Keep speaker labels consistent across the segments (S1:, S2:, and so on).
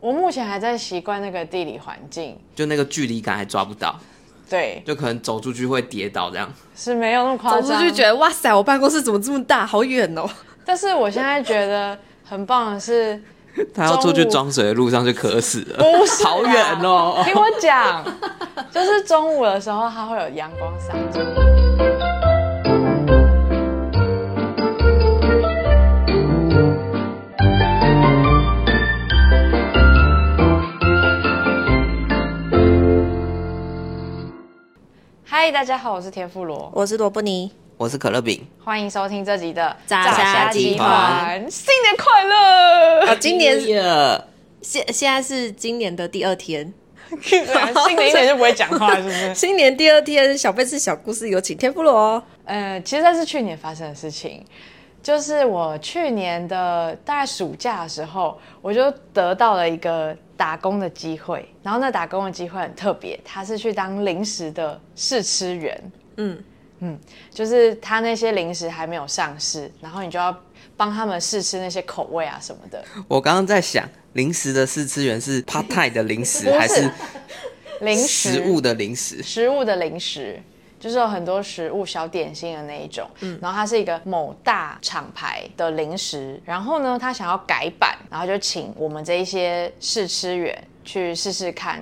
S1: 我目前还在习惯那个地理环境，
S2: 就那个距离感还抓不到，
S1: 对，
S2: 就可能走出去会跌倒这样。
S1: 是没有那么夸
S3: 走出
S1: 张。
S3: 去觉得哇塞，我办公室怎么这么大，好远哦。
S1: 但是我现在觉得很棒的是，
S2: 他要出去装水的路上就渴死了，
S1: 不是啊
S2: 好远哦。
S1: 听我讲，就是中午的时候它会有阳光洒进来。嗨，大家好，我是田富罗，
S3: 我是罗布尼，
S2: 我是可乐 饼，
S1: 欢迎收听这集的
S3: 炸虾集团，
S1: 新年快 乐！
S3: 啊，今年
S2: 耶
S3: 现现在是今年的第二天，
S1: 新的一年就不会讲话，是不是？
S3: 新年第二天，小贝是小故事有请天妇罗哦。
S1: 呃，其实那是去年发生的事情，就是我去年的大概暑假的时候，我就得到了一个打工的机会，然后那打工的机会很特别，他是去当临时的试吃员，
S3: 嗯
S1: 嗯，就是他那些零食还没有上市，然后你就要帮他们试吃那些口味啊什么 的，
S2: 我刚刚在想，零食的四次元是 part time 的零食，
S1: 是
S2: 还是
S1: 零食
S2: 食物的零食？
S1: 食物的零食，就是有很多食物小点心的那一种。然后它是一个某大厂牌的零食，然后呢，他想要改版，然后就请我们这一些试吃员去试试看。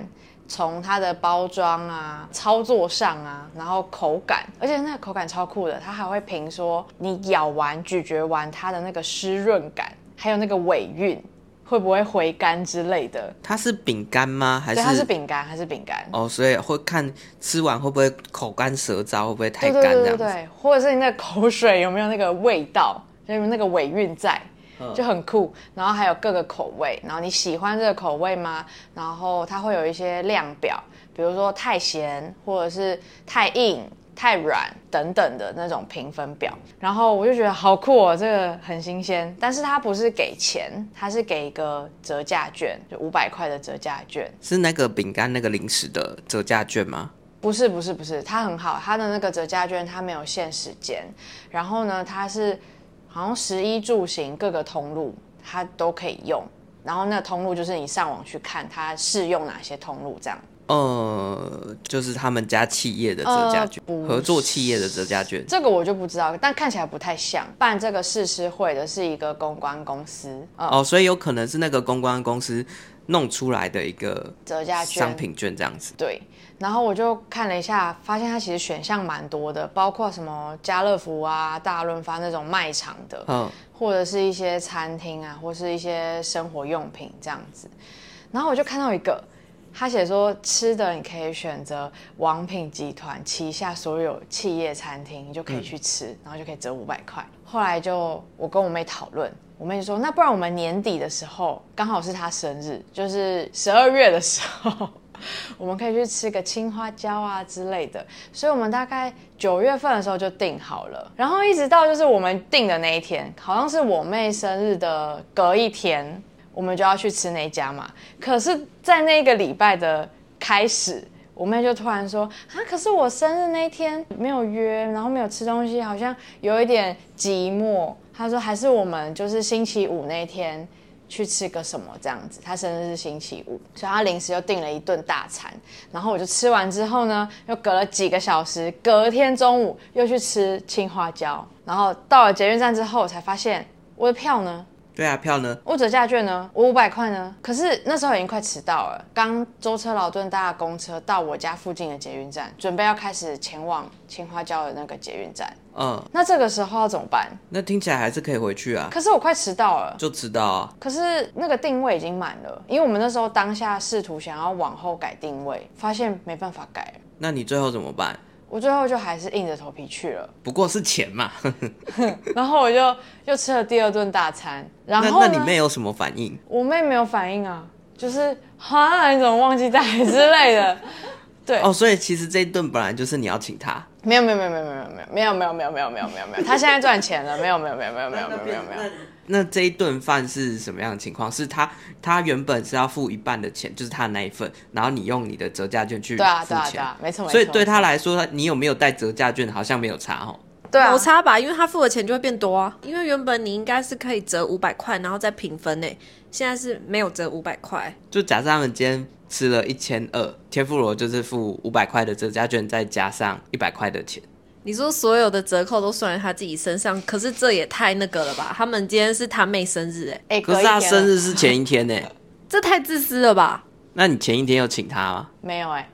S1: 从它的包装啊、操作上啊，然后口感，而且那个口感超酷的，它还会评说你咬完、咀嚼完它的那个湿润感，还有那个尾韵会不会回甘之类的。
S2: 它是饼干吗？还
S1: 对，它是饼干，它是饼干。
S2: 哦，所以会看吃完会不会口干舌燥，会不会太
S1: 对对
S2: 干这
S1: 对
S2: 样
S1: 对
S2: 子？
S1: 对，或者是你那口水有没有那个味道， 有没有那个尾韵在，
S2: 嗯
S1: 就很酷。然后还有各个口味，然后你喜欢这个口味吗？然后它会有一些量表，比如说太咸，或者是太硬。太软等等的那种评分表，然后我就觉得好酷哦，这个很新鲜。但是它不是给钱，它是给一个折价券，就五百块的折价券。
S2: 是那个饼干那个零食的折价券吗？
S1: 不是不是不是，它很好，它的那个折价券它没有限时间，然后呢，它是好像十一住行各个通路它都可以用，然后那个通路就是你上网去看它适用哪些通路这样。
S2: 呃，就是他们家企业的折价券，
S1: 呃不是
S2: 合作企业的折价券。
S1: 这个我就不知道，但看起来不太像。办这个试吃会的是一个公关公司，呃，
S2: 哦，所以有可能是那个公关公司弄出来的一个
S1: 折价券
S2: 商品券这样子。
S1: 对，然后我就看了一下，发现它其实选项蛮多的，包括什么家乐福啊、大润发那种卖场的，
S2: 嗯，
S1: 或者是一些餐厅啊，或是一些生活用品这样子。然后我就看到一个，他写说吃的你可以选择王品集团旗下所有企业餐厅，你就可以去吃，然后就可以折五百块。后来就我跟我妹讨论，我妹就说那不然我们年底的时候，刚好是她生日，就是十二月的时候。 我们可以去吃个青花椒啊之类的，所以我们大概九月份的时候就定好了，然后一直到就是我们定的那一天，好像是我妹生日的隔一天，我们就要去吃那一家嘛。可是，在那个礼拜的开始，我妹就突然说啊，可是我生日那一天没有约，然后没有吃东西，好像有一点寂寞。她说还是我们就是星期五那一天去吃个什么这样子。他生日是星期五，所以他临时又订了一顿大餐。然后我就吃完之后呢，又隔了几个小时，隔天中午又去吃青花椒。然后到了捷运站之后，我才发现我的票呢，
S2: 对啊，票呢？
S1: 我折价券呢，我五百块呢。可是那时候已经快迟到了，刚舟车劳顿搭公车到我家附近的捷运站，准备要开始前往青花椒的那个捷运站。
S2: 嗯，
S1: 那这个时候要怎么办？
S2: 那听起来还是可以回去啊，
S1: 可是我快迟到了。
S2: 就知道啊。
S1: 可是那个定位已经满了，因为我们那时候当下试图想要往后改定位，发现没办法改了，
S2: 那你最后怎么办？
S1: 我最后就还是硬着头皮去了。
S2: 不过是钱嘛。
S1: 然后我就又吃了第二顿大餐，然
S2: 那
S1: 后
S2: 那
S1: 呢
S2: 你妹有什么反应？
S1: 我妹没有反应啊，就是哈你怎么忘记带之类的，对
S2: 哦，所以其实这一顿本来就是你要请她。
S1: 没有没有没有没有没有没有没有没有没有没有没有没有，她现在赚钱了，没有没有没有没有没有没有没有没有。
S2: 那这一顿饭是什么样的情况？是他他原本是要付一半的钱，就是他的那一份，然后你用你的折价券去付
S1: 对
S2: 钱，
S1: 啊对啊对啊，没错没错。
S2: 所以对他来说，你有没有带折价券好像没有差哦。
S1: 对啊
S3: 有，差吧，因为他付的钱就会变多啊。因为原本你应该是可以折五百块，然后再平分诶，现在是没有折五百块，
S2: 就假设他们今天吃了一千二，天妇罗就是付五百块的折价券，再加上一百块的钱。
S3: 你说所有的折扣都算在他自己身上，可是这也太那个了吧？他们今天是他妹生日，哎，
S1: 哎、
S2: 可是
S1: 隔一
S2: 他
S1: 天
S2: 生
S1: 了
S2: 日是前一天呢、
S3: 这太自私了吧？
S2: 那你前一天有请他吗？
S1: 没有哎、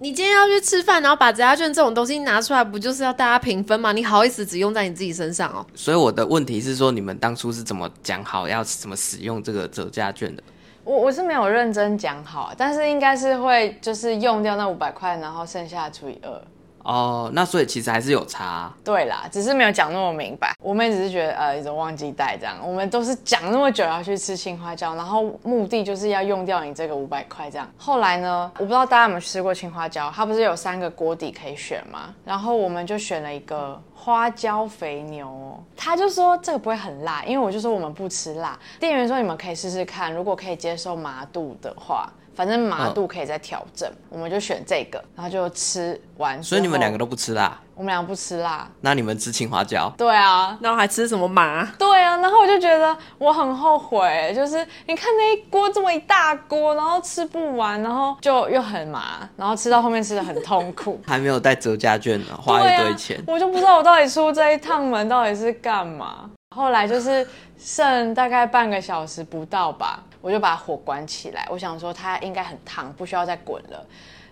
S3: 你今天要去吃饭，然后把折价券这种东西拿出来，不就是要大家平分吗？你好意思只用在你自己身上哦？
S2: 所以我的问题是说，你们当初是怎么讲好要怎么使用这个折价券的？
S1: 我我是没有认真讲好，但是应该是会就是用掉那五百块，然后剩下除以二。
S2: 哦，那所以其实还是有差啊、
S1: 对啦，只是没有讲那么明白。我妹只是觉得呃，一直忘记带这样。我们都是讲那么久要去吃青花椒，然后目的就是要用掉你这个五百块这样。后来呢，我不知道大家有没有吃过青花椒，它不是有三个锅底可以选吗？然后我们就选了一个花椒肥牛哦，他就说这个不会很辣，因为我就说我们不吃辣。店员说你们可以试试看，如果可以接受麻度的话。反正
S2: 嗯
S1: 麻度可以再调整，我们就选这个，然后就吃完之后。
S2: 所以你们两个都不吃辣，
S1: 我们俩不吃辣，
S2: 那你们吃青花椒。，
S1: 对啊，
S3: 然后还吃什么麻？
S1: 对啊，然后我就觉得我很后悔，就是你看那一锅这么一大锅，然后吃不完，然后就又很麻，然后吃到后面吃的很痛苦
S2: 还没有带折价券呢， 花
S1: 对
S2: 一
S1: 啊
S2: 堆钱，。
S1: 我就不知道我到底出这一趟门到底是干嘛。后来就是剩大概半个小时不到吧，我就把火关起来，我想说它应该很烫，不需要再滚了。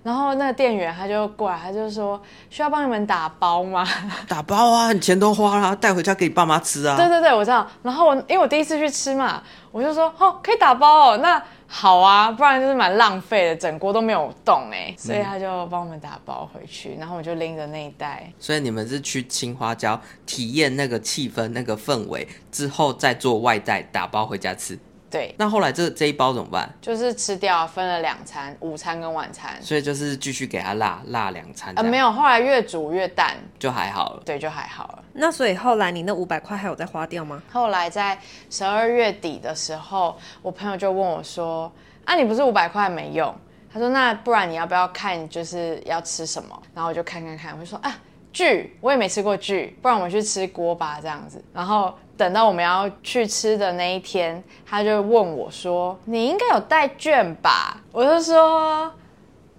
S1: 然后那个店员他就过来，他就说需要帮你们打包吗？
S2: 打包啊，你钱都花了、带回家给你爸妈吃啊。
S1: 对对对，我知道。然后我因为我第一次去吃嘛，我就说哦，可以打包哦，那好啊，不然就是蛮浪费的，整锅都没有动哎、所以他就帮我们打包回去，然后我就拎着那一袋。
S2: 所以你们是去青花椒体验那个气氛、那个氛围之后，再做外带打包回家吃。
S1: 对，
S2: 那后来这这一包怎么办？
S1: 就是吃掉，分了两餐，午餐跟晚餐。
S2: 所以就是继续给它辣辣两餐，
S1: 呃，没
S2: 有
S1: 有，后来越煮越淡，
S2: 就还好了。
S1: 对，就还好了。
S3: 那所以后来你那五百块还有再花掉吗？
S1: 后来在十二月底的时候，我朋友就问我说：“啊，你不是五百块没用？”他说：“那不然你要不要看，就是要吃什么？”然后我就看看看，我就说：“啊，剧我也没吃过剧，不然我们去吃锅吧，这样子。”然后等到我们要去吃的那一天，他就问我说：“你应该有带券吧？”我就说。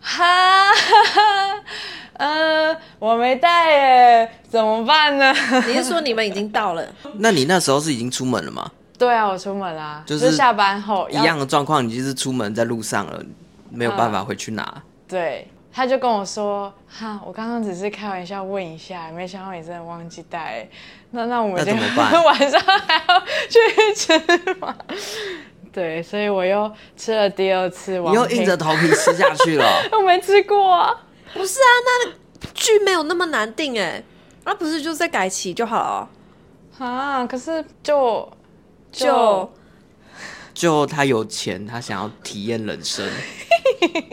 S1: 哈， 嗯，我没带耶，怎么办呢？
S3: 你是说你们已经到了？
S2: 那你那时候是已经出门了吗？
S1: 对啊，我出门啦、
S2: 就
S1: 就是是下班后
S2: 一
S1: 要
S2: 样的状况，你就是出门在路上了，没有办法回去拿。
S1: 对，他就跟我说：“哈，我刚刚只是开玩笑问一下，没想到你真的忘记带。那那我们
S2: 那
S1: 今
S2: 怎么
S1: 天
S2: 办
S1: 晚上还要去吃吗？” 对，所以我又吃了第二次王
S2: 你又
S1: 品
S2: 硬着，头皮吃下去了。
S1: 我没吃过啊。
S3: 不是啊，那剧没有那么难定哎，那、不是就再改期就好了哦、
S1: 啊，可是就
S3: 就
S2: 就他有钱，他想要体验人生，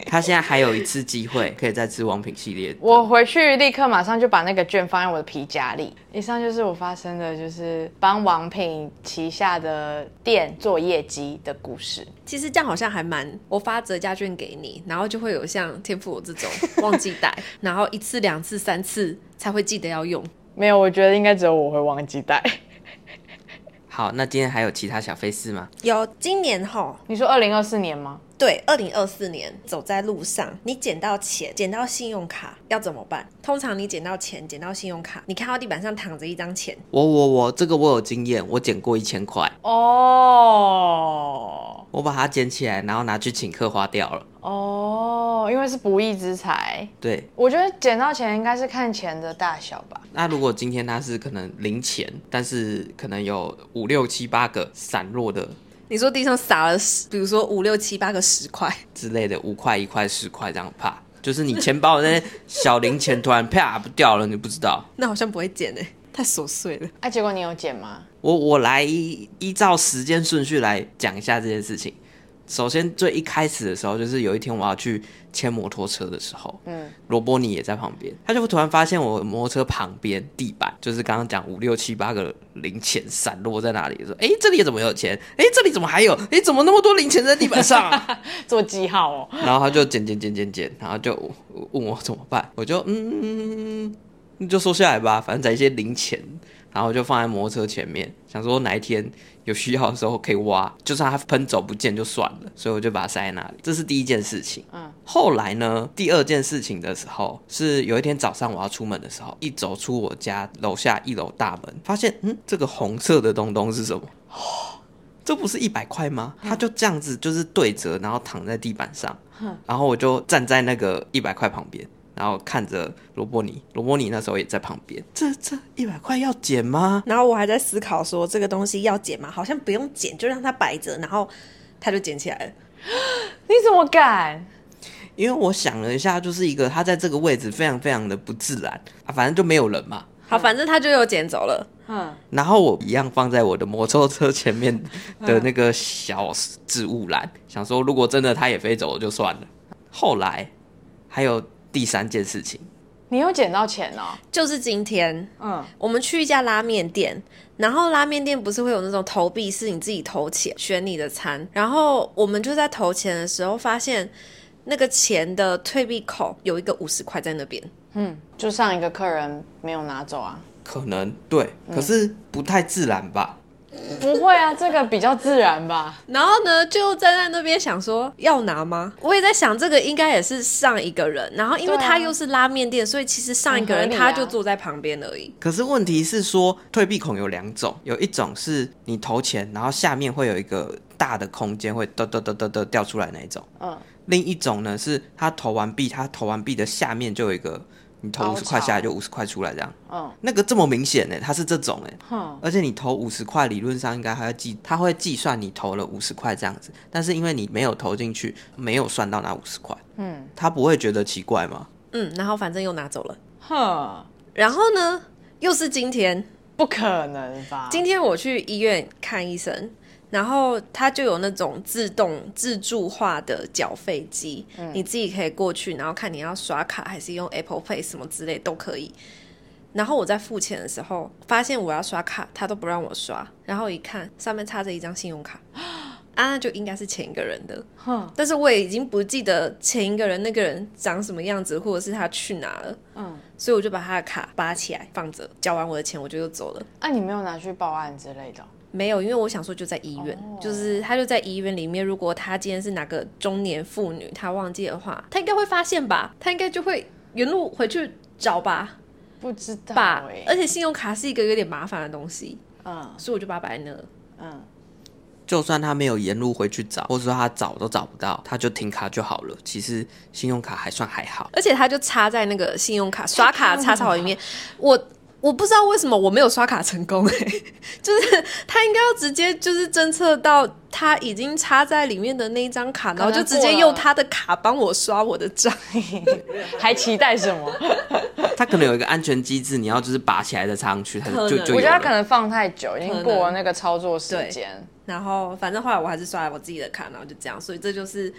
S2: 他现在还有一次机会可以再吃王品系列。
S1: 我回去立刻马上就把那个券放在我的皮夹里。以上就是我发生的，就是帮王品旗下的店做业绩的故事。
S3: 其实这样好像还蛮，我发折价券给你，然后就会有像天赋我这种忘记带，然后一次、两次、三次才会记得要用。
S1: 没有，我觉得应该只有我会忘记带。
S2: 好，那今天还有其他小费事吗？
S3: 有今年吼，
S1: 你说二零二四年吗？
S3: 对，二零二四年走在路上，你捡到钱，捡到信用卡要怎么办？通常你捡到钱，捡到信用卡，你看到地板上躺着一张钱，
S2: 我我我，这个我有经验，我捡过一千块，
S1: 哦
S2: 我把它捡起来，然后拿去请客花掉了。
S1: 哦，因为是不义之财。
S2: 对，
S1: 我觉得捡到钱应该是看钱的大小吧。
S2: 那如果今天它是可能零钱，但是可能有五六七八个散落的
S3: 你说地上撒了十，比如说五六七八个十块，
S2: 之类的，五块一块十块这样啪，就是你钱包的那些小零钱突然啪不掉了，你不知道。
S3: 那好像不会捡哎、太琐碎了。
S1: 啊，结果你有捡吗？
S2: 我我来依依照时间顺序来讲一下这件事情。首先，最一开始的时候，就是有一天我要去牵摩托车的时候，嗯，罗伯尼也在旁边，他就突然发现我摩托车旁边地板，就是刚刚讲五六七八个零钱散落在那里，说，哎、这里怎么有钱？哎、这里怎么还有？哎、怎么那么多零钱在地板上啊、
S1: 做记号哦。
S2: 然后他就捡捡捡捡捡，然后就问我怎么办，我就嗯，你就收下来吧，反正攒一些零钱，然后就放在摩托车前面，想说哪一天有需要的时候可以挖，就算它喷走不见就算了，所以我就把它塞在那里。这是第一件事情。嗯，后来呢，第二件事情的时候是有一天早上我要出门的时候，一走出我家楼下一楼大门，发现嗯，这个红色的东东是什么？ 哦，这不是一百块吗？它就这样子就是对折，然后躺在地板上，然后我就站在那个一百块旁边。然后看着罗伯尼，罗伯尼那时候也在旁边。这这一百块要减吗？
S3: 然后我还在思考说这个东西要剪吗？好像不用剪，就让它摆着，然后它就捡起来了。
S1: 你怎么敢？
S2: 因为我想了一下，就是一个他在这个位置非常非常的不自然啊，反正就没有人嘛。
S3: 好，反正它就又捡走了。
S1: 嗯，
S2: 然后我一样放在我的摩托车前面的那个小置物篮，想说如果真的它也飞走了就算了。后来还有第三件事情，
S1: 你有捡到钱哦？
S3: 就是今天，
S1: 嗯，
S3: 我们去一家拉面店，然后拉面店不是会有那种投币，是你自己投钱选你的餐，然后我们就在投钱的时候发现。那个钱的退币口有一个五十块在那边，
S1: 嗯，就上一个客人没有拿走啊？
S2: 可能对，可是不太自然吧。
S1: 不会啊，这个比较自然吧？
S3: 然后呢就站在那边想说要拿吗？我也在想这个应该也是上一个人，然后因为
S1: 对啊
S3: 他又是拉面店，所以其实上一个人
S1: 很合理啊
S3: 他就坐在旁边而已。
S2: 可是问题是说，退避孔有两种，有一种是你投钱，然后下面会有一个大的空间会嘚嘚嘚嘚嘚掉出来那一种；
S1: 嗯，
S2: 另一种呢是他投完币，他投完币的下面就有一个，你投
S1: 凹
S2: 五
S1: 槽
S2: 十块下来就五十块出来这样。
S1: 嗯，
S2: 那个这么明显呢、它是这种哎、
S1: 哼，
S2: 而且你投五十块，理论上应该还要计，它会计算你投了五十块这样子，但是因为你没有投进去，没有算到那五十块，
S1: 嗯，
S2: 他不会觉得奇怪吗？
S3: 嗯，然后反正又拿走了。
S1: 哼，
S3: 然后呢，又是今天，
S1: 不可能吧？
S3: 今天我去医院看医生，然后它就有那种自动自助化的缴费机，你自己可以过去，然后看你要刷卡还是用 Apple Pay 什么之类都可以。然后我在付钱的时候，发现我要刷卡，他都不让我刷。然后一看，上面插着一张信用卡，啊，那就应该是前一个人的。
S1: 哼，
S3: 但是我也已经不记得前一个人那个人长什么样子，或者是他去哪了。
S1: 嗯，
S3: 所以我就把他的卡扒起来放着，交完我的钱我就又走了。
S1: 啊，你没有拿去报案之类的哦？
S3: 没有，因为我想说就在医院，
S1: 哦
S3: 就是他就在医院里面。如果他今天是哪个中年妇女，她忘记的话，她应该会发现吧？她应该就会原路回去找吧？
S1: 不知道
S3: 吧
S1: 哎、？
S3: 而且信用卡是一个有点麻烦的东西，
S1: 嗯
S3: 所以我就把它摆在那。
S1: 嗯，
S2: 就算他没有沿路回去找，或者说他找都找不到，他就停卡就好了。其实信用卡还算还好，
S3: 而且他就插在那个信用卡刷卡插槽 里面，我。我不知道为什么我没有刷卡成功、欸， 就是他应该要直接就是侦测到他已经插在里面的那一张卡，然后就直接用他的卡帮我刷我的账。
S1: 还期待什么？
S2: 他可能有一个安全机制，你要就是拔起来再插上去，他
S3: 可能
S2: 就就就
S1: 我
S2: 有
S1: 觉得他可
S2: 了。
S1: 能放太久，已
S3: 可能
S1: 经过了那个操作时间。
S3: 然后反正后来我还是刷了我自己的卡，然后就这样，所以这就是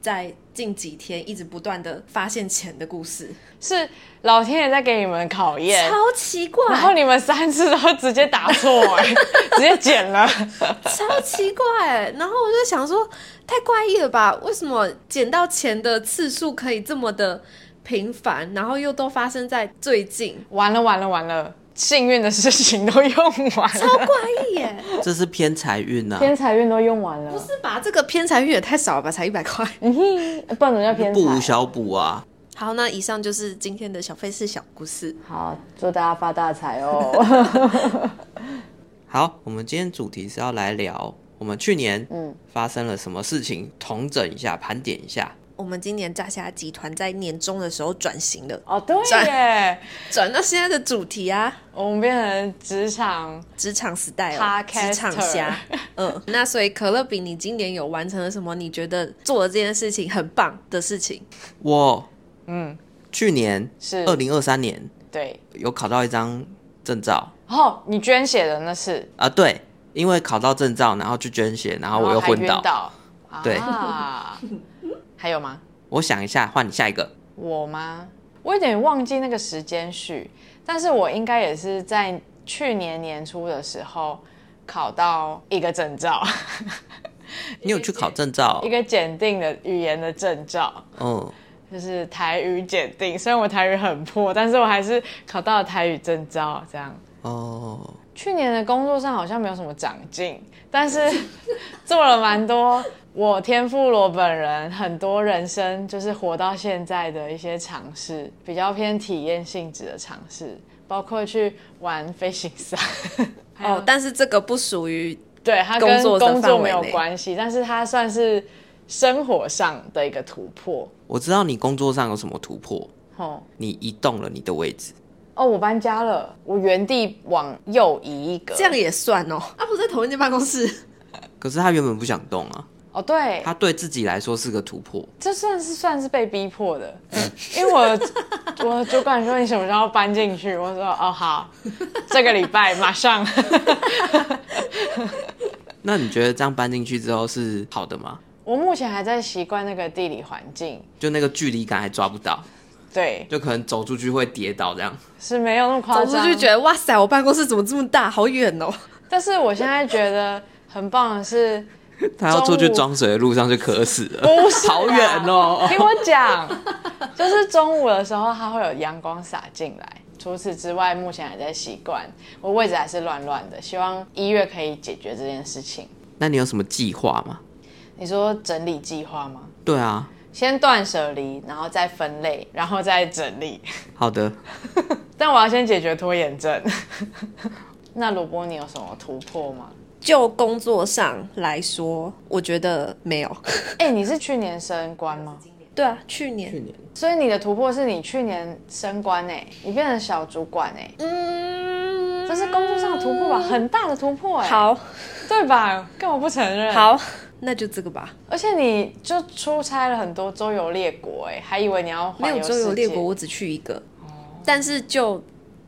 S3: 在近几天一直不断的发现钱的故事，
S1: 是老天爷在给你们考验，
S3: 超奇怪，
S1: 然后你们三次都直接打错、哎， 直接剪了。
S3: 超奇怪。然后我就想说，太怪异了吧？为什么捡到钱的次数可以这么的频繁，然后又都发生在最近？
S1: 完了完了完了，幸运的事情都用完
S3: 超
S1: 了，
S3: 怪异 耶！
S2: 这是偏财运啊呐、
S1: 偏财运都用完了，
S3: 是把这个偏财运也太少了吧？才一百块。
S1: 嗯哼不能叫偏
S2: 不无
S1: 财。
S2: 小补啊。
S3: 好，那以上就是今天的小费事小故事。
S1: 好，祝大家发大财哦！
S2: 好，我们今天主题是要来聊我们去年
S1: 嗯
S2: 发生了什么事情，统整一下，盘点一下。
S3: 我们今年炸虾集团在年终的时候转型了，
S1: 哦，对耶，
S3: 转到现在的主题啊，
S1: 我们变成职场
S3: 职场时代哦，
S1: Podcaster
S3: 职场虾。 嗯，那所以可乐饼，你今年有完成了什么？你觉得做了这件事情很棒的事情？
S2: 我
S1: 嗯
S2: 去年
S1: 是
S2: 二零二三年
S1: 对。
S2: 有考到一张证照
S1: 然后你捐血的那是
S2: 啊，对，因为考到证照，然后去捐血，然后啊我又
S1: 还
S2: 昏
S1: 晕
S2: 倒。
S1: 倒。
S2: 对
S1: 啊、还有吗？
S2: 我想一下，换你下一个。
S1: 我吗？我有点忘记那个时间序，但是我应该也是在去年年初的时候考到一个证照，
S2: 你有去考证照
S1: 一？个检定的语言的证照。
S2: 嗯，
S1: 就是台语检定，虽然我台语很破，但是我还是考到了台语证照。这样，
S2: 哦，
S1: 去年的工作上好像没有什么长进，但 是做了蛮多我天赋罗本人很多人生就是活到现在的一些尝试，比较偏体验性质的尝试，包括去玩飞行伞。 还有
S3: 哦，但是这个不属于
S1: 对，它跟
S3: 工作的
S1: 工作
S3: 范围
S1: 没有
S3: 内
S1: 关系，但是它算是生活上的一个突破。
S2: 我知道你工作上有什么突破，
S1: 哦
S2: 你移动了你的位置，
S1: 哦，我搬家了，我原地往右移一格。
S3: 这样也算哦。啊，不是在同一间办公 室，
S2: 可是他原本不想动啊，
S1: 哦，对，
S2: 他对自己来说是个突破。
S1: 这算是算是被逼迫的，因为我 我主管说你什么时候搬进去，我说哦好，这个礼拜马上。
S2: 那你觉得这样搬进去之后是好的吗？
S1: 我目前还在习惯那个地理环境，
S2: 就那个距离感还抓不到，
S1: 对，
S2: 就可能走出去会跌倒这样。
S1: 是没有那么夸
S3: 哦我
S1: 张。
S3: 出去觉得哇塞，我办公室怎么这么大，好远 哦。
S1: 但是我现在觉得很棒的是，
S2: 他要出去装水的路上就渴死了，
S1: 不是啦
S2: 好远哦。
S1: 听我讲，就是中午的时候，它会有阳光洒进来。除此之外，目前还在习惯，我位置还是乱乱的。希望一月可以解决这件事情。
S2: 那你有什么计划吗？
S1: 你说整理计划吗？
S2: 对啊，
S1: 先断舍离，然后再分类，然后再整理。
S2: 好的，
S1: 但我要先解决拖延症。 那罗伯，你有什么突破 吗？
S3: 就工作上来说，我觉得没有。
S1: 哎、你是去年升官吗？
S3: 对啊，去年
S2: 年
S1: 所以你的突破是你去年升官哎、你变成小主管哎、
S3: 嗯，
S1: 这是工作上的突破吧？很大的突破哎、
S3: 好
S1: 对吧？干嘛不承认？，
S3: 好，那就这个吧。
S1: 而且你就出差了很多，周游列国、哎，还以为你要
S3: 没
S1: 环
S3: 有
S1: 游
S3: 周游
S1: 世
S3: 列
S1: 界哦
S3: 国，我只去一个。但是就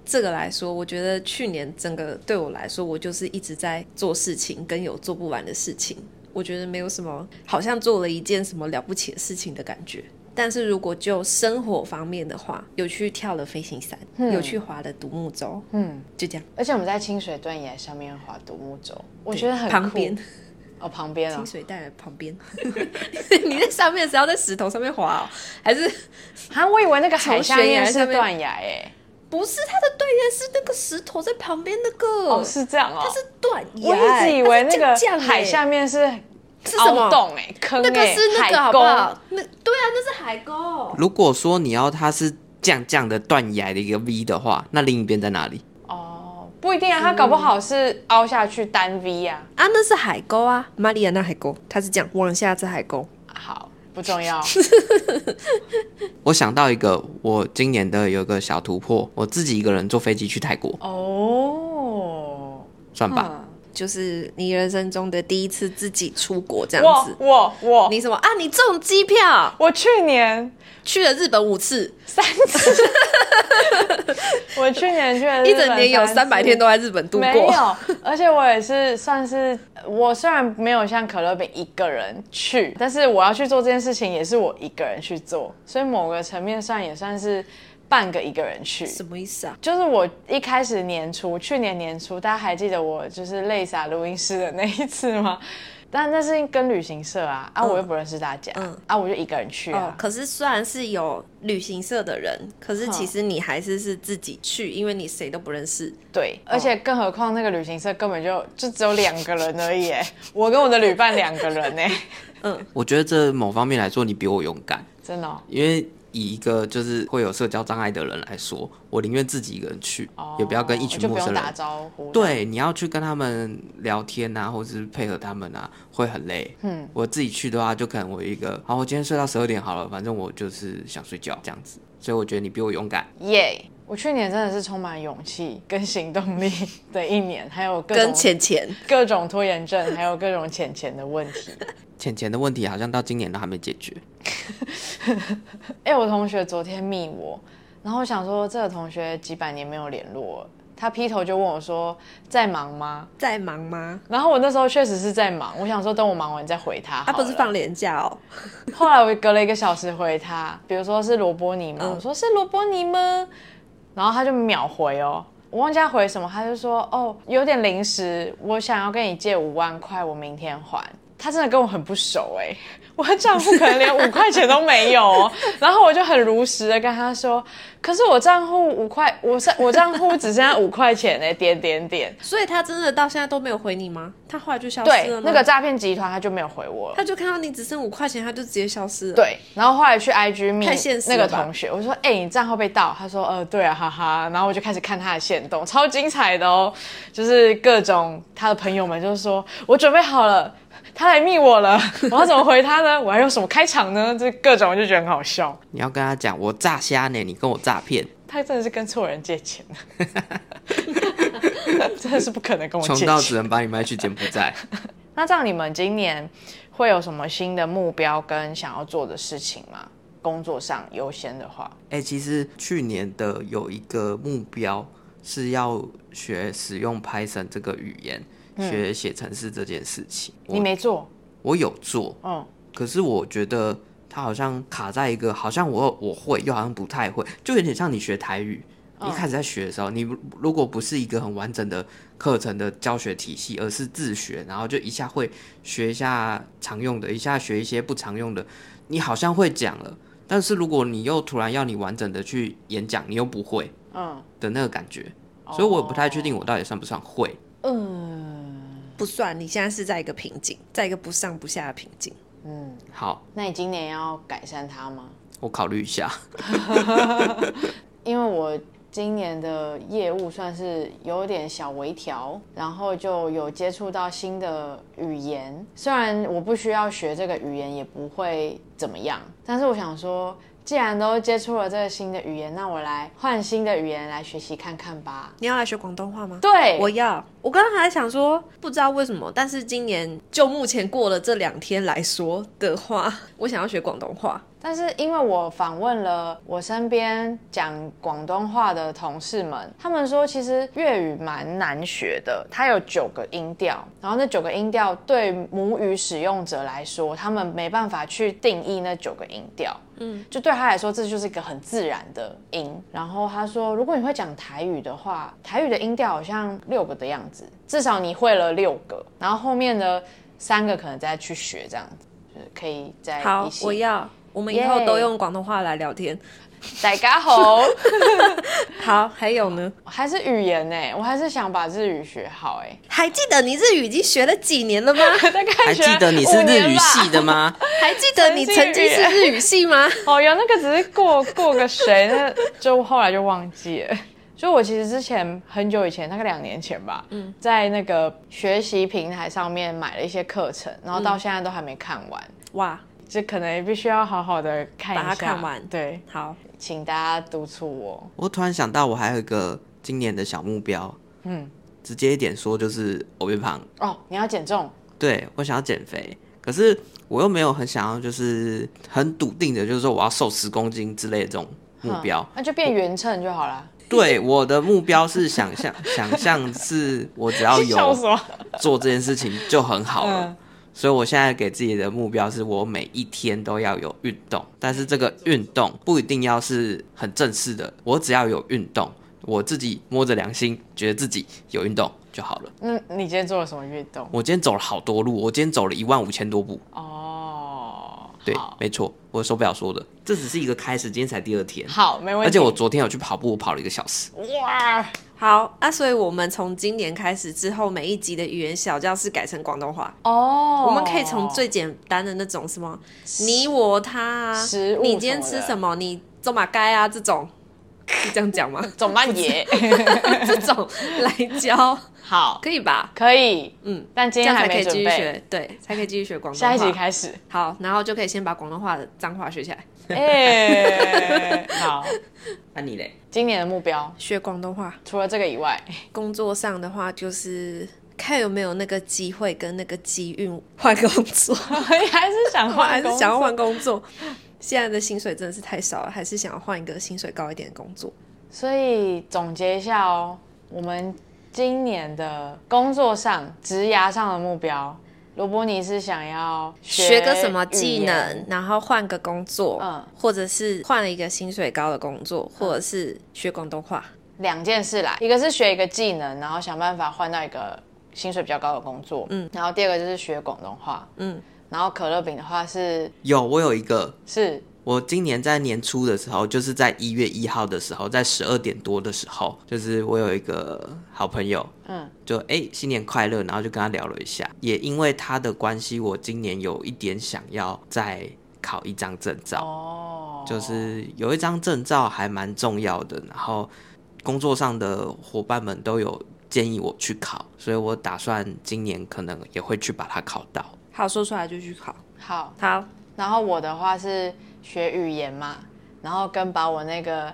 S3: 这个来说，我觉得去年整个对我来说，我就是一直在做事情，跟有做不完的事情。我觉得没有什么，好像做了一件什么了不起的事情的感觉。但是如果就生活方面的话，有去跳了飞行伞，有去划了独木舟，
S1: 嗯，
S3: 就这样。
S1: 而且我们在清水断崖上面划独木舟，我觉得很酷
S3: 旁边
S1: 哦，旁边哦
S3: 清，水带旁边， 你在上面是要在石头上面滑、哦，还是
S1: 啊，我以为那个海下面
S3: 从悬崖上
S1: 是
S3: 面
S1: 断崖哎、
S3: 不是它的对面是那个石头在旁边那个？
S1: 哦，是这样哦，
S3: 它是断崖，
S1: 我一直以为那
S3: 它是这样
S1: 个
S3: 欸
S1: 海下面是
S3: 是什
S1: 凹
S3: 么？
S1: 洞哎、坑哎、
S3: 那个是那个
S1: 海
S3: 好不
S1: 沟
S3: 好？那对啊，那是海沟。
S2: 如果说你要它是这样这样的断崖的一个 V 的话，那另一边在哪里？
S1: 哦，不一定
S3: 嗯
S1: 啊，它搞不好是凹下去单 V 啊。
S3: 啊，那是海沟啊，马里亚纳海沟，它是这样往下是海沟。
S1: 好，不重 要，
S2: 我想到一个，我今年的有一个小突破，我自己一个人坐飞机去泰国，
S1: 哦，
S2: 算吧。
S1: 嗯
S3: 就是你人生中的第一次自己出国这样
S1: 我
S3: 子。
S1: 我我，
S3: 你什么啊？你中机票
S1: 我去年
S3: 去了日本五次，
S1: 三次， 我去年去了日
S3: 一
S1: 本
S3: 整年有三百天
S1: 都
S3: 都在日本度
S1: 没
S3: 过。
S1: 有，而且我也是算是我虽然没有像可乐饼一个人去，但是我要去做这件事情也是我一个人去做，所以某个层面上也算是半个一个人去。
S3: 什么意思啊？
S1: 就是我一开始年初，去年年初，大家还记得我就是泪洒录音室的那一次吗？ 但那是跟旅行社啊，啊，我又不认识大家，
S3: 嗯
S1: 啊，我就一个人去
S3: 哦
S1: 啊，，
S3: 可是虽然是有旅行社的人，可是其实你还是是自己去，因为你谁都不认识。
S1: 对，
S3: 哦
S1: 而且更何况那个旅行社根本就就只有两个人而已，哎，我跟我的旅伴两个人哎，
S2: 我觉得这某方面来说，你比我勇敢，
S1: 真的哦、
S2: 因为以一个就是会有社交障碍的人来说，我宁愿自己一个人去，
S1: 哦
S2: 也不要跟一群
S1: 就不
S2: 陌
S1: 用
S2: 生人
S1: 打。招呼。，
S2: 对，你要去跟他们聊天啊，或者是配合他们啊，会很累。嗯，我自己去的话，就可能我一个，好，我今天睡到十二点好了，反正我就是想睡觉这样子。所以我觉得你比我勇敢。
S1: 耶、我去年真的是充满勇气跟行动力 的一年，还有各
S3: 跟
S1: 种
S3: 钱钱
S1: 各种拖延症，还有各种钱钱的问题。
S2: 浅浅的问题好像到今年都还没解决。
S1: 哎、我同学昨天密我，然后我想说这个同学几百年没有联络了，他劈头就问我说在忙吗？
S3: 在忙吗？
S1: 然后我那时候确实是在忙，我想说等我忙完再回他。
S3: 他、不是。放年假哦，
S1: 后来我隔了一个小时回他，比如说是罗伯尼吗？
S3: 嗯
S1: 我说是罗伯尼吗？然后他就秒回哦，我忘记他回什么，他就说哦有点临时，我想要跟你借五万块，我明天还。他真的跟我很不熟哎、 我的账户可能连五块钱都没有哦。 然后我就很如实的跟他说，可是我账户五块，我是我账户只剩下五块钱哎、点点点。
S3: 所以他真的到现在都没有回你吗？他后来就消
S1: 对
S3: 失了，吗？
S1: 那个诈骗集团他就没有回我了。
S3: 他就看到你只剩五块钱，他就直接消失了。，
S1: 对，然后后来去 IG
S3: 太现
S1: meet
S3: 实
S1: 那
S3: 了
S1: 个
S3: 吧
S1: 同学，我说：“哎、你账号被盗？”他说：“呃，对啊，哈哈。”然后我就开始看他的线动，超精彩的哦，就是各种他的朋友们就说：“我准备好了，他来密我了， 我要怎么回他呢？我还用什么开场呢？”这各种我就觉得很好笑，
S2: 你要跟他讲，我诈瞎呢，你跟我诈骗，
S1: 他真的是跟错人借钱 了，真的是不可能跟我
S2: 穷
S1: 借
S2: 到
S1: 钱
S2: 只。能把你卖去柬埔 寨。
S1: 那这样你们今年会有什么新的目标跟想要做的事情吗？工作上优先的话，
S2: 哎、其实去年的有一个目标是要学使用 Python 这个语言，学写程式这件事情。
S1: 你
S2: 我
S1: 没做，
S2: 我有做，
S1: 嗯。
S2: 可是我觉得它好像卡在一个，好像我我会，又好像不太会，就有点像你学台语。你一开始在学的时候，你如如果不是一个很完整的课程的教学体系，而是自学，然后就一下会学一下常用的，一下学一些不常用的，你好像会讲了，但是如果你又突然要你完整的去演讲，你又不会
S1: 嗯
S2: 的那个感觉，所以我也不太确定我到底算不算会。
S1: 嗯
S3: 不算，你现在是在一个瓶颈，在一个不上不下的瓶颈。
S1: 嗯，
S2: 好，
S1: 那你今年要改善它吗？
S2: 我考虑一下。
S1: 因为我今年的业务算是有点小微调，然后就有接触到新的语言。虽然我不需要学这个语言，也不会怎么样，但是我想说，既然都接触了这个新的语言，那我来换新的语言来学习看看吧。
S3: 你要来学广东话吗？
S1: 对，
S3: 我要。我刚刚还想说，不知道为什么，但是今年就目前过了这两天来说的话， 我想要学广东话。
S1: 但是因为我访问了我身边讲广东话的同事们，他们说其实粤语蛮难学的，它有九个音调，然后那九个音调对母语使用者来说，他们没办法去定义那九个音调。嗯，就对他来说，这就是一个很自然的音。然后他说，如果你会讲台语的话，台语的音调好像六个的样子，至少你会了六个，然后后面的三个可能再去学这样子。就是可以再
S3: 好
S1: 一，起
S3: 我要。我们以后
S1: 耶
S3: 都用广东话来聊天。
S1: 大家好，
S3: 好，还有呢？
S1: 还是语言呢、我还是想把日语学好 哎、
S3: 还记得你日语已经学了几年 了吗？
S1: 大概
S2: 还记得你是日语系的吗？
S3: 还记得你曾经是日语系吗？
S1: 哦，有那个只是过过个谁，那就后来就忘记了。 所以我其实之前很久以前，大概两年前吧，嗯，在那个学习平台上面买了一些课程，然后到现在都还没看完，
S3: 哇，
S1: 这、可能必须要好好的看一下，
S3: 把它看完
S1: 对，
S3: 好，
S1: 请大家督促我，
S2: 我突然想到，我还有一个今年的小目标，
S1: 嗯，
S2: 直接一点说就是我变胖。
S1: 哦，你要减重，
S2: 对我想要减肥，可是我又没有很想要，就是很笃定的，就是说我要瘦十公斤之类的这种目
S1: 嗯
S2: 标。
S1: 那就变匀称就好了。
S2: 对，我的目标是想象，想象是我只要
S1: 笑死
S2: 哦有
S1: 我！
S2: 做这件事情就很好了。
S1: 嗯
S2: 所以我现在给自己的目标是我每一天都要有运动，但是这个运动不一定要是很正式的，我只要有运动，我自己摸着良心觉得自己有运动就好了。
S1: 那你今天做了什么运动？
S2: 我今天走了好多路，我今天走了一万五千多步。
S1: 哦，
S2: 对
S1: 好，
S2: 没错，我手表说的，这只是一个开始，今天才第二天，
S1: 好，没问题。
S2: 而且我昨天有去跑步，我跑了一个小时。
S1: 哇，
S3: 好啊！所以我们从今年开始之后，每一集的语言小教室改成广东话。
S1: 哦，
S3: 我们可以从最简单的那种什么你我他啊，
S1: 食物
S3: 你今天
S1: 什么的
S3: 吃什么，你走马街啊 这种，是这样讲吗？
S1: 总办爷
S3: 这种来教
S1: 好，
S3: 可以吧？
S1: 可以，
S3: 嗯，
S1: 但今
S3: 这
S1: 天
S3: 样
S1: 还
S3: 才可
S1: 没
S3: 以继
S1: 准
S3: 续
S1: 备，
S3: 学，对，才可以继续学广东
S1: 下
S3: 话。
S1: 一集开始。
S3: 好，然后就可以先把广东话的脏话学起来，
S1: 哎，好，
S2: 那、你嘞？
S1: 今年的目标
S3: 学广东话。
S1: 除了这个以外，
S3: 工作上的话，就是看有没有那个机会跟那个机运换工作，
S1: 你还是想
S3: 我
S1: 换，
S3: 还是想要。换工作。现在的薪水真的是太少了，还是想要换一个薪水高一点的工作。
S1: 所以总结一下哦，我们今年的工作上、职涯上的目标，罗伯尼是想要
S3: 学个什么
S1: 语
S3: 技
S1: 言
S3: 能，然后换个工作，
S1: 嗯
S3: 或者是换了一个薪水高的工作，或者是学广东话。
S1: 两件事啦，一个是学一个技能，然后想办法换到一个薪水比较高的工作，嗯，然后第二个就是学广东话，嗯，然后可乐饼的话是
S2: 有，我有一个，
S1: 是
S2: 我今年在年初的时候，就是在一月一号的时候，在十二点多的时候，就是我有一个好朋友，嗯，就哎、诶新年快乐，然后就跟他聊了一下，也因为他的关系，我今年有一点想要再考一张证照，
S1: 哦，
S2: 就是有一张证照还蛮重要的，然后工作上的伙伴们都有建议我去考，所以我打算今年可能也会去把它考到。
S3: 好，说出来就去考。
S1: 好。
S3: 好，
S1: 然后我的话是学语言嘛，然后跟把我那个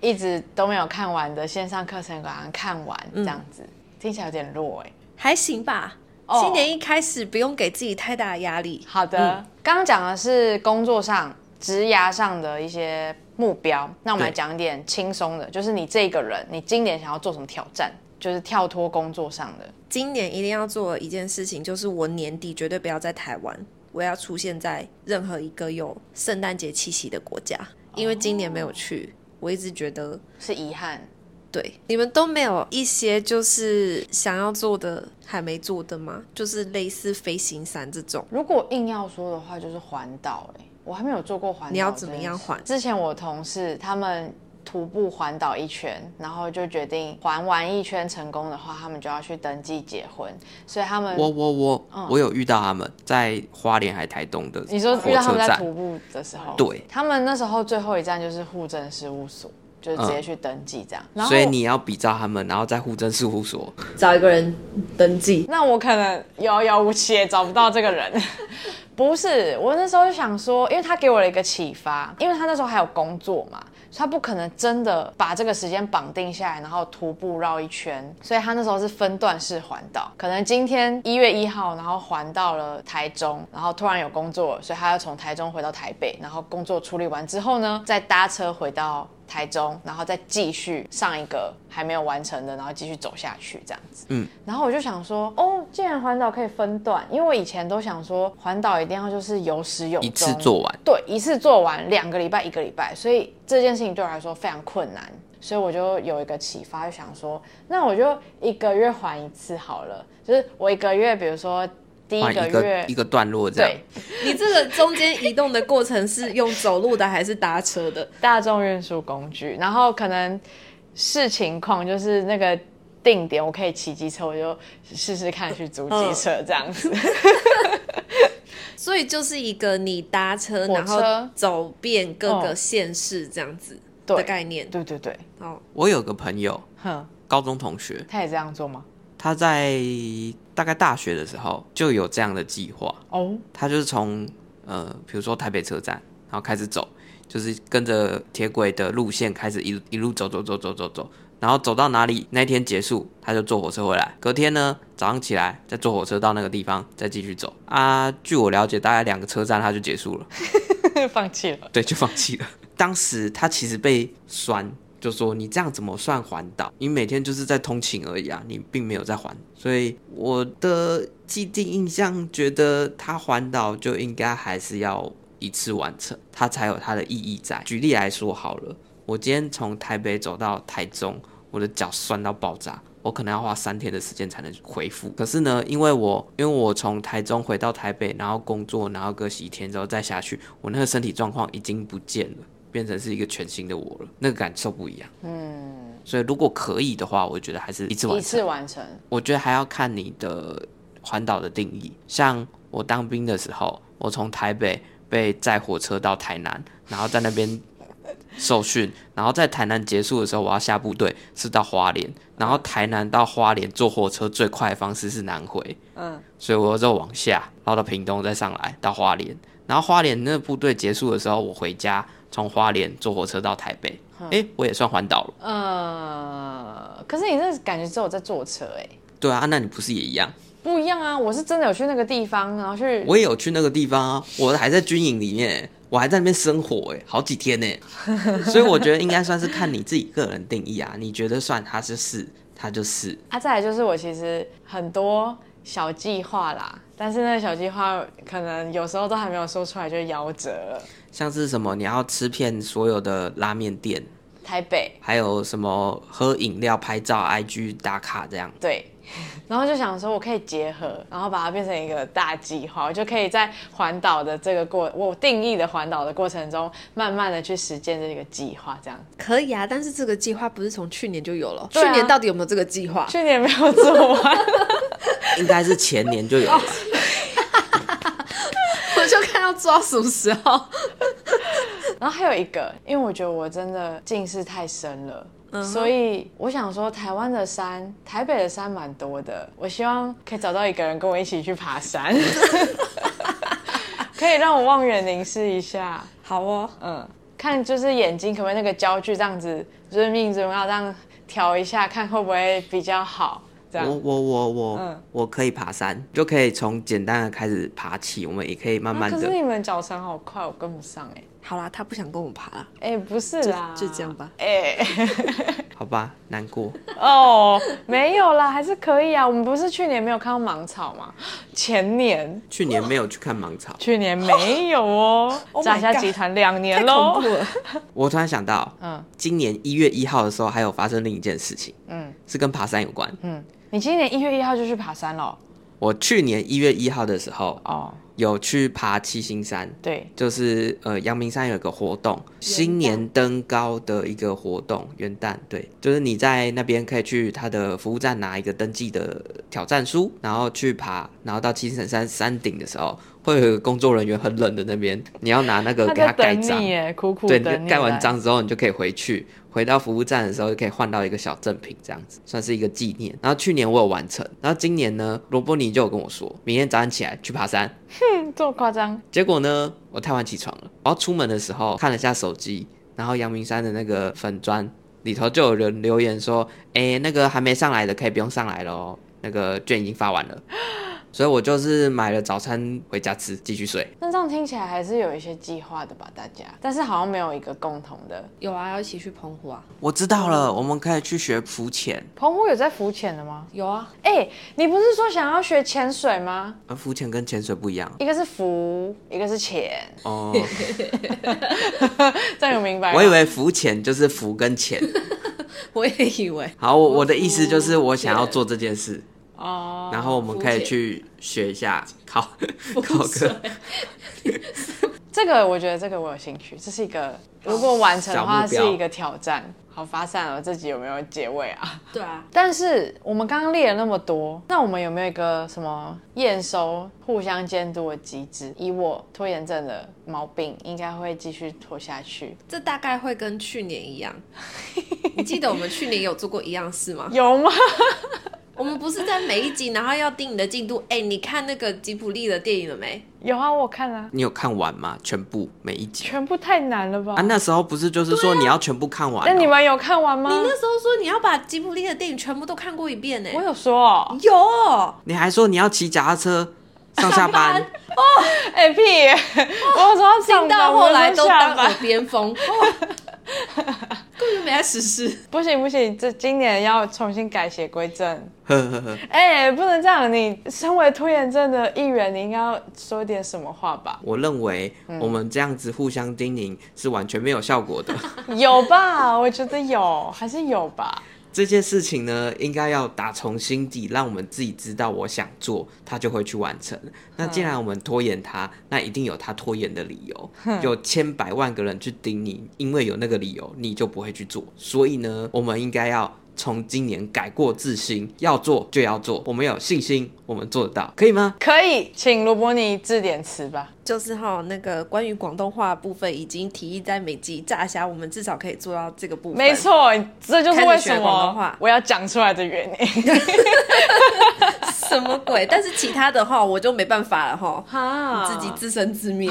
S1: 一直都没有看完的线上课程把它看完，这样子、听起来有点弱哎、
S3: 还行吧。
S1: 哦
S3: 新年一开始不用给自己太大的压力。
S1: 好的，嗯刚刚讲的是工作上、职涯上的一些目标，那我们来
S2: 对
S1: 讲一点轻松的，就是你这个人，你今年想要做什么挑战，就是跳脱工作上的。
S3: 今年一定要做的一件事情，就是我年底绝对不要在台湾，我要出现在任何一个有圣诞节气息的国家，因为今年没有去，我一直觉得
S1: 是遗憾，
S3: 对你们都没有一些就是想要做的还没做的吗？就是类似飞行伞这种。
S1: 如果硬要说的话，就是环岛哎，我还没有做过环岛。
S3: 你要怎么样环
S1: 之前我同事他们徒步环岛一圈，然后就决定环完一圈成功的话，他们就要去登记结婚，所以他们
S2: 我我我、我有遇到他们在花莲还台东的
S1: 嗯你说遇
S2: 火
S1: 到他
S2: 车
S1: 们在
S2: 站，
S1: 徒步的时候，
S2: 对，
S1: 他们那时候最后一站就是户政事务所，就是直接去登记这样。然后
S2: 嗯所以你要比照他们，然后在户政事务所。
S3: 找一个人登记，
S1: 那我可能遥遥无期也找不到这个人。 不是，我那时候就想说，因为他给我了一个启发，因为他那时候还有工作嘛，所以他不可能真的把这个时间绑定下来，然后徒步绕一圈，所以他那时候是分段式环岛，可能今天一月一号，然后环到了台中，然后突然有工作了，所以他要从台中回到台北，然后工作处理完之后呢，再搭车回到台中，然后再继续上一个还没有完成的，然后继续走下去这样子。然后我就想说，哦，既然环岛可以分段，因为我以前都想说环岛一定要就是有始有终，
S2: 一次做完，
S1: 对，一次做完两个礼拜一个礼拜，所以这件事情对我来说非常困难，所以我就有一个启发，就想说，那我就一个月环一次好了，就是我一个月，比如说第一
S2: 换
S1: 个
S2: 一
S1: 月
S2: 个一个段落这样
S1: 对。
S3: 你这个中间移动的过程是用走路的还是搭车的？
S1: 大众运输工具，然后可能视情况就是那个定点，我可以骑机车，我就试试看去租
S2: 嗯
S1: 机车这样子。
S3: 所以就是一个你搭车，
S1: 火
S3: 然
S1: 车
S3: 后走遍各个
S1: 哦
S3: 县市这样子
S1: 对
S3: 的概念。
S1: 对对对，
S3: 哦，
S2: 我有个朋友，
S1: 哼，
S2: 高中同学，
S1: 他也这样做吗？
S2: 他在大概大学的时候就有这样的计划，
S1: 哦，
S2: 他就是从呃，比如说台北车站，然后开始走，就是跟着铁轨的路线开始一路一路走走走走走走，然后走到哪里，那一天结束，他就坐火车回来。隔天呢，早上起来再坐火车到那个地方，再继续走啊。据我了解，大概两个车站他就结束了，
S1: 放弃了。
S2: 对，就放弃了。 当时他其实被酸。就说你这样怎么算环岛？你每天就是在通勤而已啊，你并没有在环。所以我的既定印象觉得他环岛就应该还是要一次完成，它才有它的意义在。举例来说好了，我今天从台北走到台中，我的脚酸到爆炸。我可能要花三天的时间才能恢复，可是呢，因为我因为我从台中回到台北，然后工作，然后隔几天之后再下去，我那个身体状况已经不见了，变成是一个全新的我了，那个感受不一样。嗯，所以如果可以的话，我觉得还是一次完
S1: 一
S2: 成。
S1: 次完成，
S2: 我觉得还要看你的环岛的定义。像我当兵的时候，我从台北被载火车到台南，然后在那边受训，然后在台南结束的时候，我要下部队是到花莲，然后台南到花莲坐火车最快的方式是南回，
S1: 嗯，
S2: 所以我就往下，然后到屏东再上来到花莲，然后花莲那部队结束的时候，我回家从花莲坐火车到台北，诶，我也算环岛了。
S1: 呃，可是你那感觉只有在坐车哎、
S2: 对啊，那你不是也一样？
S1: 不一样啊！我是真的有去那个地方，然后去
S2: 我也有去那个地方啊，我还在军营里面，我还在那边生活哎、好几天呢、 所以我觉得应该算是看你自己个人定义啊，你觉得算它是是，它就是。
S1: 啊。再来就是我其实很多小计划啦，但是那个小计划可能有时候都还没有说出来就夭折了。
S2: 像是什么，你要吃遍所有的拉面店，
S1: 台北，
S2: 还有什么喝饮料、拍照、IG 打卡这样。
S1: 对。 然后就想说，我可以结合，然后把它变成一个大计划，我就可以在环岛的这个过，我定义的环岛的过程中，慢慢的去实践这个计划，这样。
S3: 可以啊，但是这个计划不是从去年就有了？
S1: 对啊
S3: 去年到底有没有这个计划？
S1: 去年没有做完，
S2: 应该是前年就有了，
S3: 我就看要做到什么时候。
S1: 然后还有一个，因为我觉得我真的近视太深了。
S3: 嗯
S1: 所以我想说，台湾的山，台北的山蛮多的。我希望可以找到一个人跟我一起去爬 山，可以让我望远凝视一下，
S3: 好哦，
S1: 嗯，看就是眼睛可不可以那个焦距这样子，就是命中要这样调一下，看会不会比较好。这
S2: 我
S1: 样，
S2: 我我我、
S1: 哦嗯
S2: 我可以爬山，就可以从简单的开始爬起，我们也可以慢慢
S1: 啊可
S2: 的
S1: 是。你们脚程好快，我跟不上哎、
S3: 好啦，他不想跟我爬了。
S1: 哎、不是啦，
S3: 就就这样吧
S1: 哎、
S2: 好吧，难过。
S1: 哦，没有啦，还是可以啊。我们不是去年没有看到芒草吗？前年，
S2: 去年没有去看芒草，
S1: 去年没有哦。
S3: Oh my
S1: 炸虾
S3: God，
S1: 集团两年
S3: 太恐
S1: 喽
S3: 怖。了！
S2: 我突然想到，
S1: 嗯
S2: 今年一月一号的时候还有发生另一件事情，
S1: 嗯
S2: 是跟爬山有关。
S1: 嗯，你今年一月一号就去爬山了
S2: 我去年一月一号的时候
S1: 哦？
S2: 有去爬七星山，
S1: 对，
S2: 就是呃阳明山有个活动，新年登高的一个活动，元旦对，就是你在那边可以去他的服务站拿一个登记的挑战书，然后去爬，然后到七星山山顶的时候，会有一个工作人员很冷的那边，你要拿那个
S1: 他
S2: 给
S1: 在
S2: 盖
S1: 等
S2: 章
S1: 你，耶，苦苦
S2: 对，
S1: 等
S2: 你
S1: 你来
S2: 就盖完，章之后，你就可以回去，回到服务站的时候就可以换到一个小赠品，这样子算是一个纪念。然后去年我有完成，然后今年呢，罗伯尼就有跟我说，明天早上起来去爬山。
S1: 嗯这么夸张？
S2: 结果呢，我太晚起床了，我要出门的时候看了一下手机，然后阳明山的那个粉砖里头就有人留言说，哎、那个还没上来的可以不用上来了哦，那个券已经发完了。所以我就是买了早餐回家吃，继续睡。
S1: 那这样听起来还是有一些计划的吧，大家，但是好像没有一个共同的。
S3: 有啊，要一起去澎湖啊？
S2: 我知道了，我们可以去学浮潜。
S1: 澎湖有在浮潜的吗？
S3: 有啊，
S1: 哎、你不是说想要学潜水吗？
S2: 而浮潜跟潜水不一样
S1: 一个是浮，一个是潜，
S2: 哦。
S1: 这样有明白吗？
S2: 我以为浮潜就是浮 跟潜。
S3: 我也以 为。
S2: 好，我我的意思就是我想要做这件事，
S1: 哦，
S2: 然后我们可以去学一下 考考 个
S3: 啊
S1: 这个我觉得这个我有兴趣，这是一
S3: 哦
S1: 个如果完成的
S2: 小
S1: 话
S2: 目标
S1: 是一个挑战。好发散哦，自己有没有结尾啊？
S3: 对啊，
S1: 但是我们刚刚列了那么多，那我们有没有一个什么验收、互相监督的机制？以我拖延症的毛病，应该会继续拖下去。
S3: 这大概会跟去年一 样。你记得我们去年有做过一样事 吗？
S1: 有吗？
S3: 我们不是在每一集，然后要定你的进度。哎、你看那个吉普力的电影了没？
S1: 有啊，我看啊，
S2: 你有看完吗？全部每一集
S1: 全部太难了吧？
S2: 啊？那时候不是就是说你要全部看完、
S1: 那你
S2: 哦？
S1: 们有看完吗
S3: 你？那时候说你要把吉普力的电影全部都看过一遍呢、
S1: 我有说哦，
S3: 有哦，
S2: 你还说你要骑脚踏车上下班，
S1: 哎、屁 耶，我有说要上班，
S3: 到后来
S1: 我有说
S3: 都
S1: 下
S3: 当
S1: 班
S3: 耳边风，哦、 根本就没在实施。
S1: 不行不行，这今年要重新改邪归正。
S2: 呵呵呵。
S1: 哎、不能这样！你身为拖延症的一员，你应该要说点什么话吧？
S2: 我认为
S1: 嗯
S2: 我们这样子互相叮咛是完全没有效果的。
S1: 有吧？我觉得有，还是有吧。
S2: 这件事情呢，应该要打从心底，让我们自己知道我想做，他就会去完成。那既然我们拖延他，那一定有他拖延的理由，有千百万个人去盯你，因为有那个理由，你就不会去做。所以呢，我们应该要。从今年改过自新，要做就要做，我们有信心，我们做得到，可以吗？
S1: 可以，请罗伯尼致点词吧。
S3: 就是哈、那个关于广东话的部分，已经提议在每集炸虾，我们至少可以做到这个部分。
S1: 没，错，这就是为什
S3: 开始学广
S1: 么
S3: 东话
S1: 我要讲出来的原因。
S3: 什么鬼？但是其他的哈、我就没办法了哈、
S1: 哈
S3: 自己自生自灭，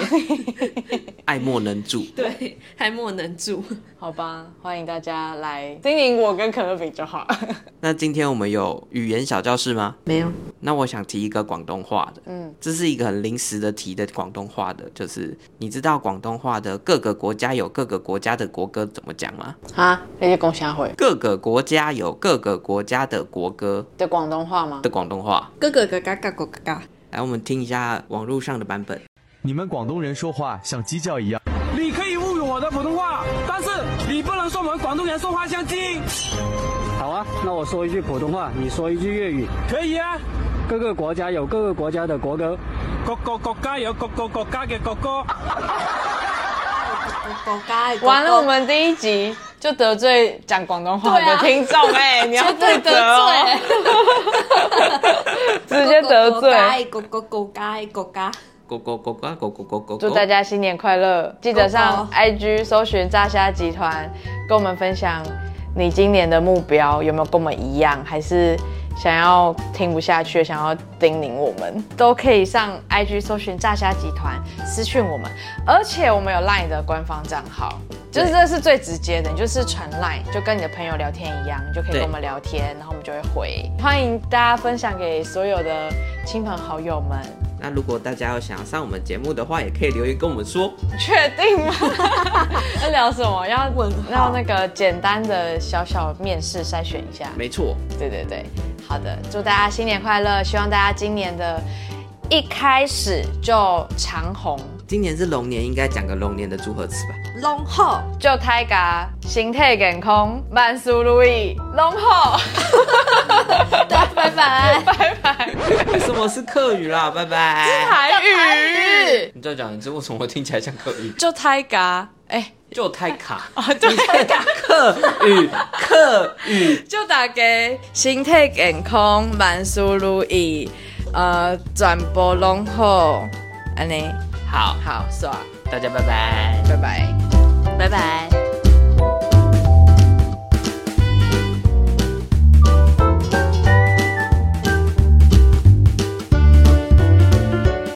S2: 爱莫能助。
S3: 对，还莫能助。
S1: 好吧，欢迎大家来叮咛我跟可乐比就好。
S2: 那今天我们有语言小教室吗？
S3: 没有，
S2: 那我想提一个广东话的，嗯，这是一个很临时的提的广东话的，就是你知道广东话的各个国家有各个国家的国歌怎么讲吗？
S1: 啊，那些共享会
S2: 各个国家有各个国家的国歌
S1: 的广东话吗？
S2: 的广东话，
S3: 哥哥嘎嘎嘎嘎嘎嘎。
S2: 来我们听一下网络上的版本。
S4: 你们广东人说话像鸡叫一样。你可以侮辱我的普通话，但是你不能说我们广东人说话像鸡。
S5: 好啊，那我说一句普通话，你说一句粤语。
S4: 可以啊，
S5: 各个国家有各个国家的国歌，
S4: 各個國家有各個國家嘅國歌。
S3: 狗嘎，
S1: 完了，我们第一集就得罪讲广东话
S3: 对
S1: 的
S3: 啊
S1: 听众哎、你要
S3: 绝
S1: 负
S3: 对得
S1: 责哦， 直接得罪。，
S3: 狗狗狗嘎，狗嘎，
S2: 狗狗狗啊狗狗狗狗狗，
S1: 祝大家新年快乐！记得上 IG 搜寻炸虾集团，跟我们分享你今年的目标有没有跟我们一样，还是想要听不下去，想要叮咛我们，都可以上 IG 搜寻炸虾集团私讯我们。而且我们有 LINE 的官方账号，就是这是最直接的，你就是传 LINE，就跟你的朋友聊天一样，你就可以跟
S2: 对
S1: 我们聊天，然后我们就会回。欢迎大家分享给所有的亲朋好友们。
S2: 那如果大家有想要上我们节目的话，也可以留言跟我们说。
S1: 确定 吗？要聊什么？要
S3: 问号
S1: 要那个简单的小小面试筛选一下。
S2: 没错，
S1: 对对对，好的，祝大家新年快乐！希望大家今年的一开始就长红，
S2: 今年是龙年，应该讲个龙年的祝贺词吧。
S3: 龙后，
S1: 就胎嘎，心态健康，万事如意，龙 好，
S3: 对，拜 拜。
S1: 拜拜。
S2: 为什么是客语啦？拜拜。
S1: 台 语
S2: 你再讲一次，为什么我听起来像客语？
S1: 就胎嘎，哎、
S2: 哦就太卡。
S1: 啊对。
S2: 客语，客语，
S1: 祝大家身体健康，万事如意，呃，全部拢好，安尼，
S2: 好，
S1: 好，爽，
S2: 大家拜拜。
S1: 拜拜。
S3: 拜拜。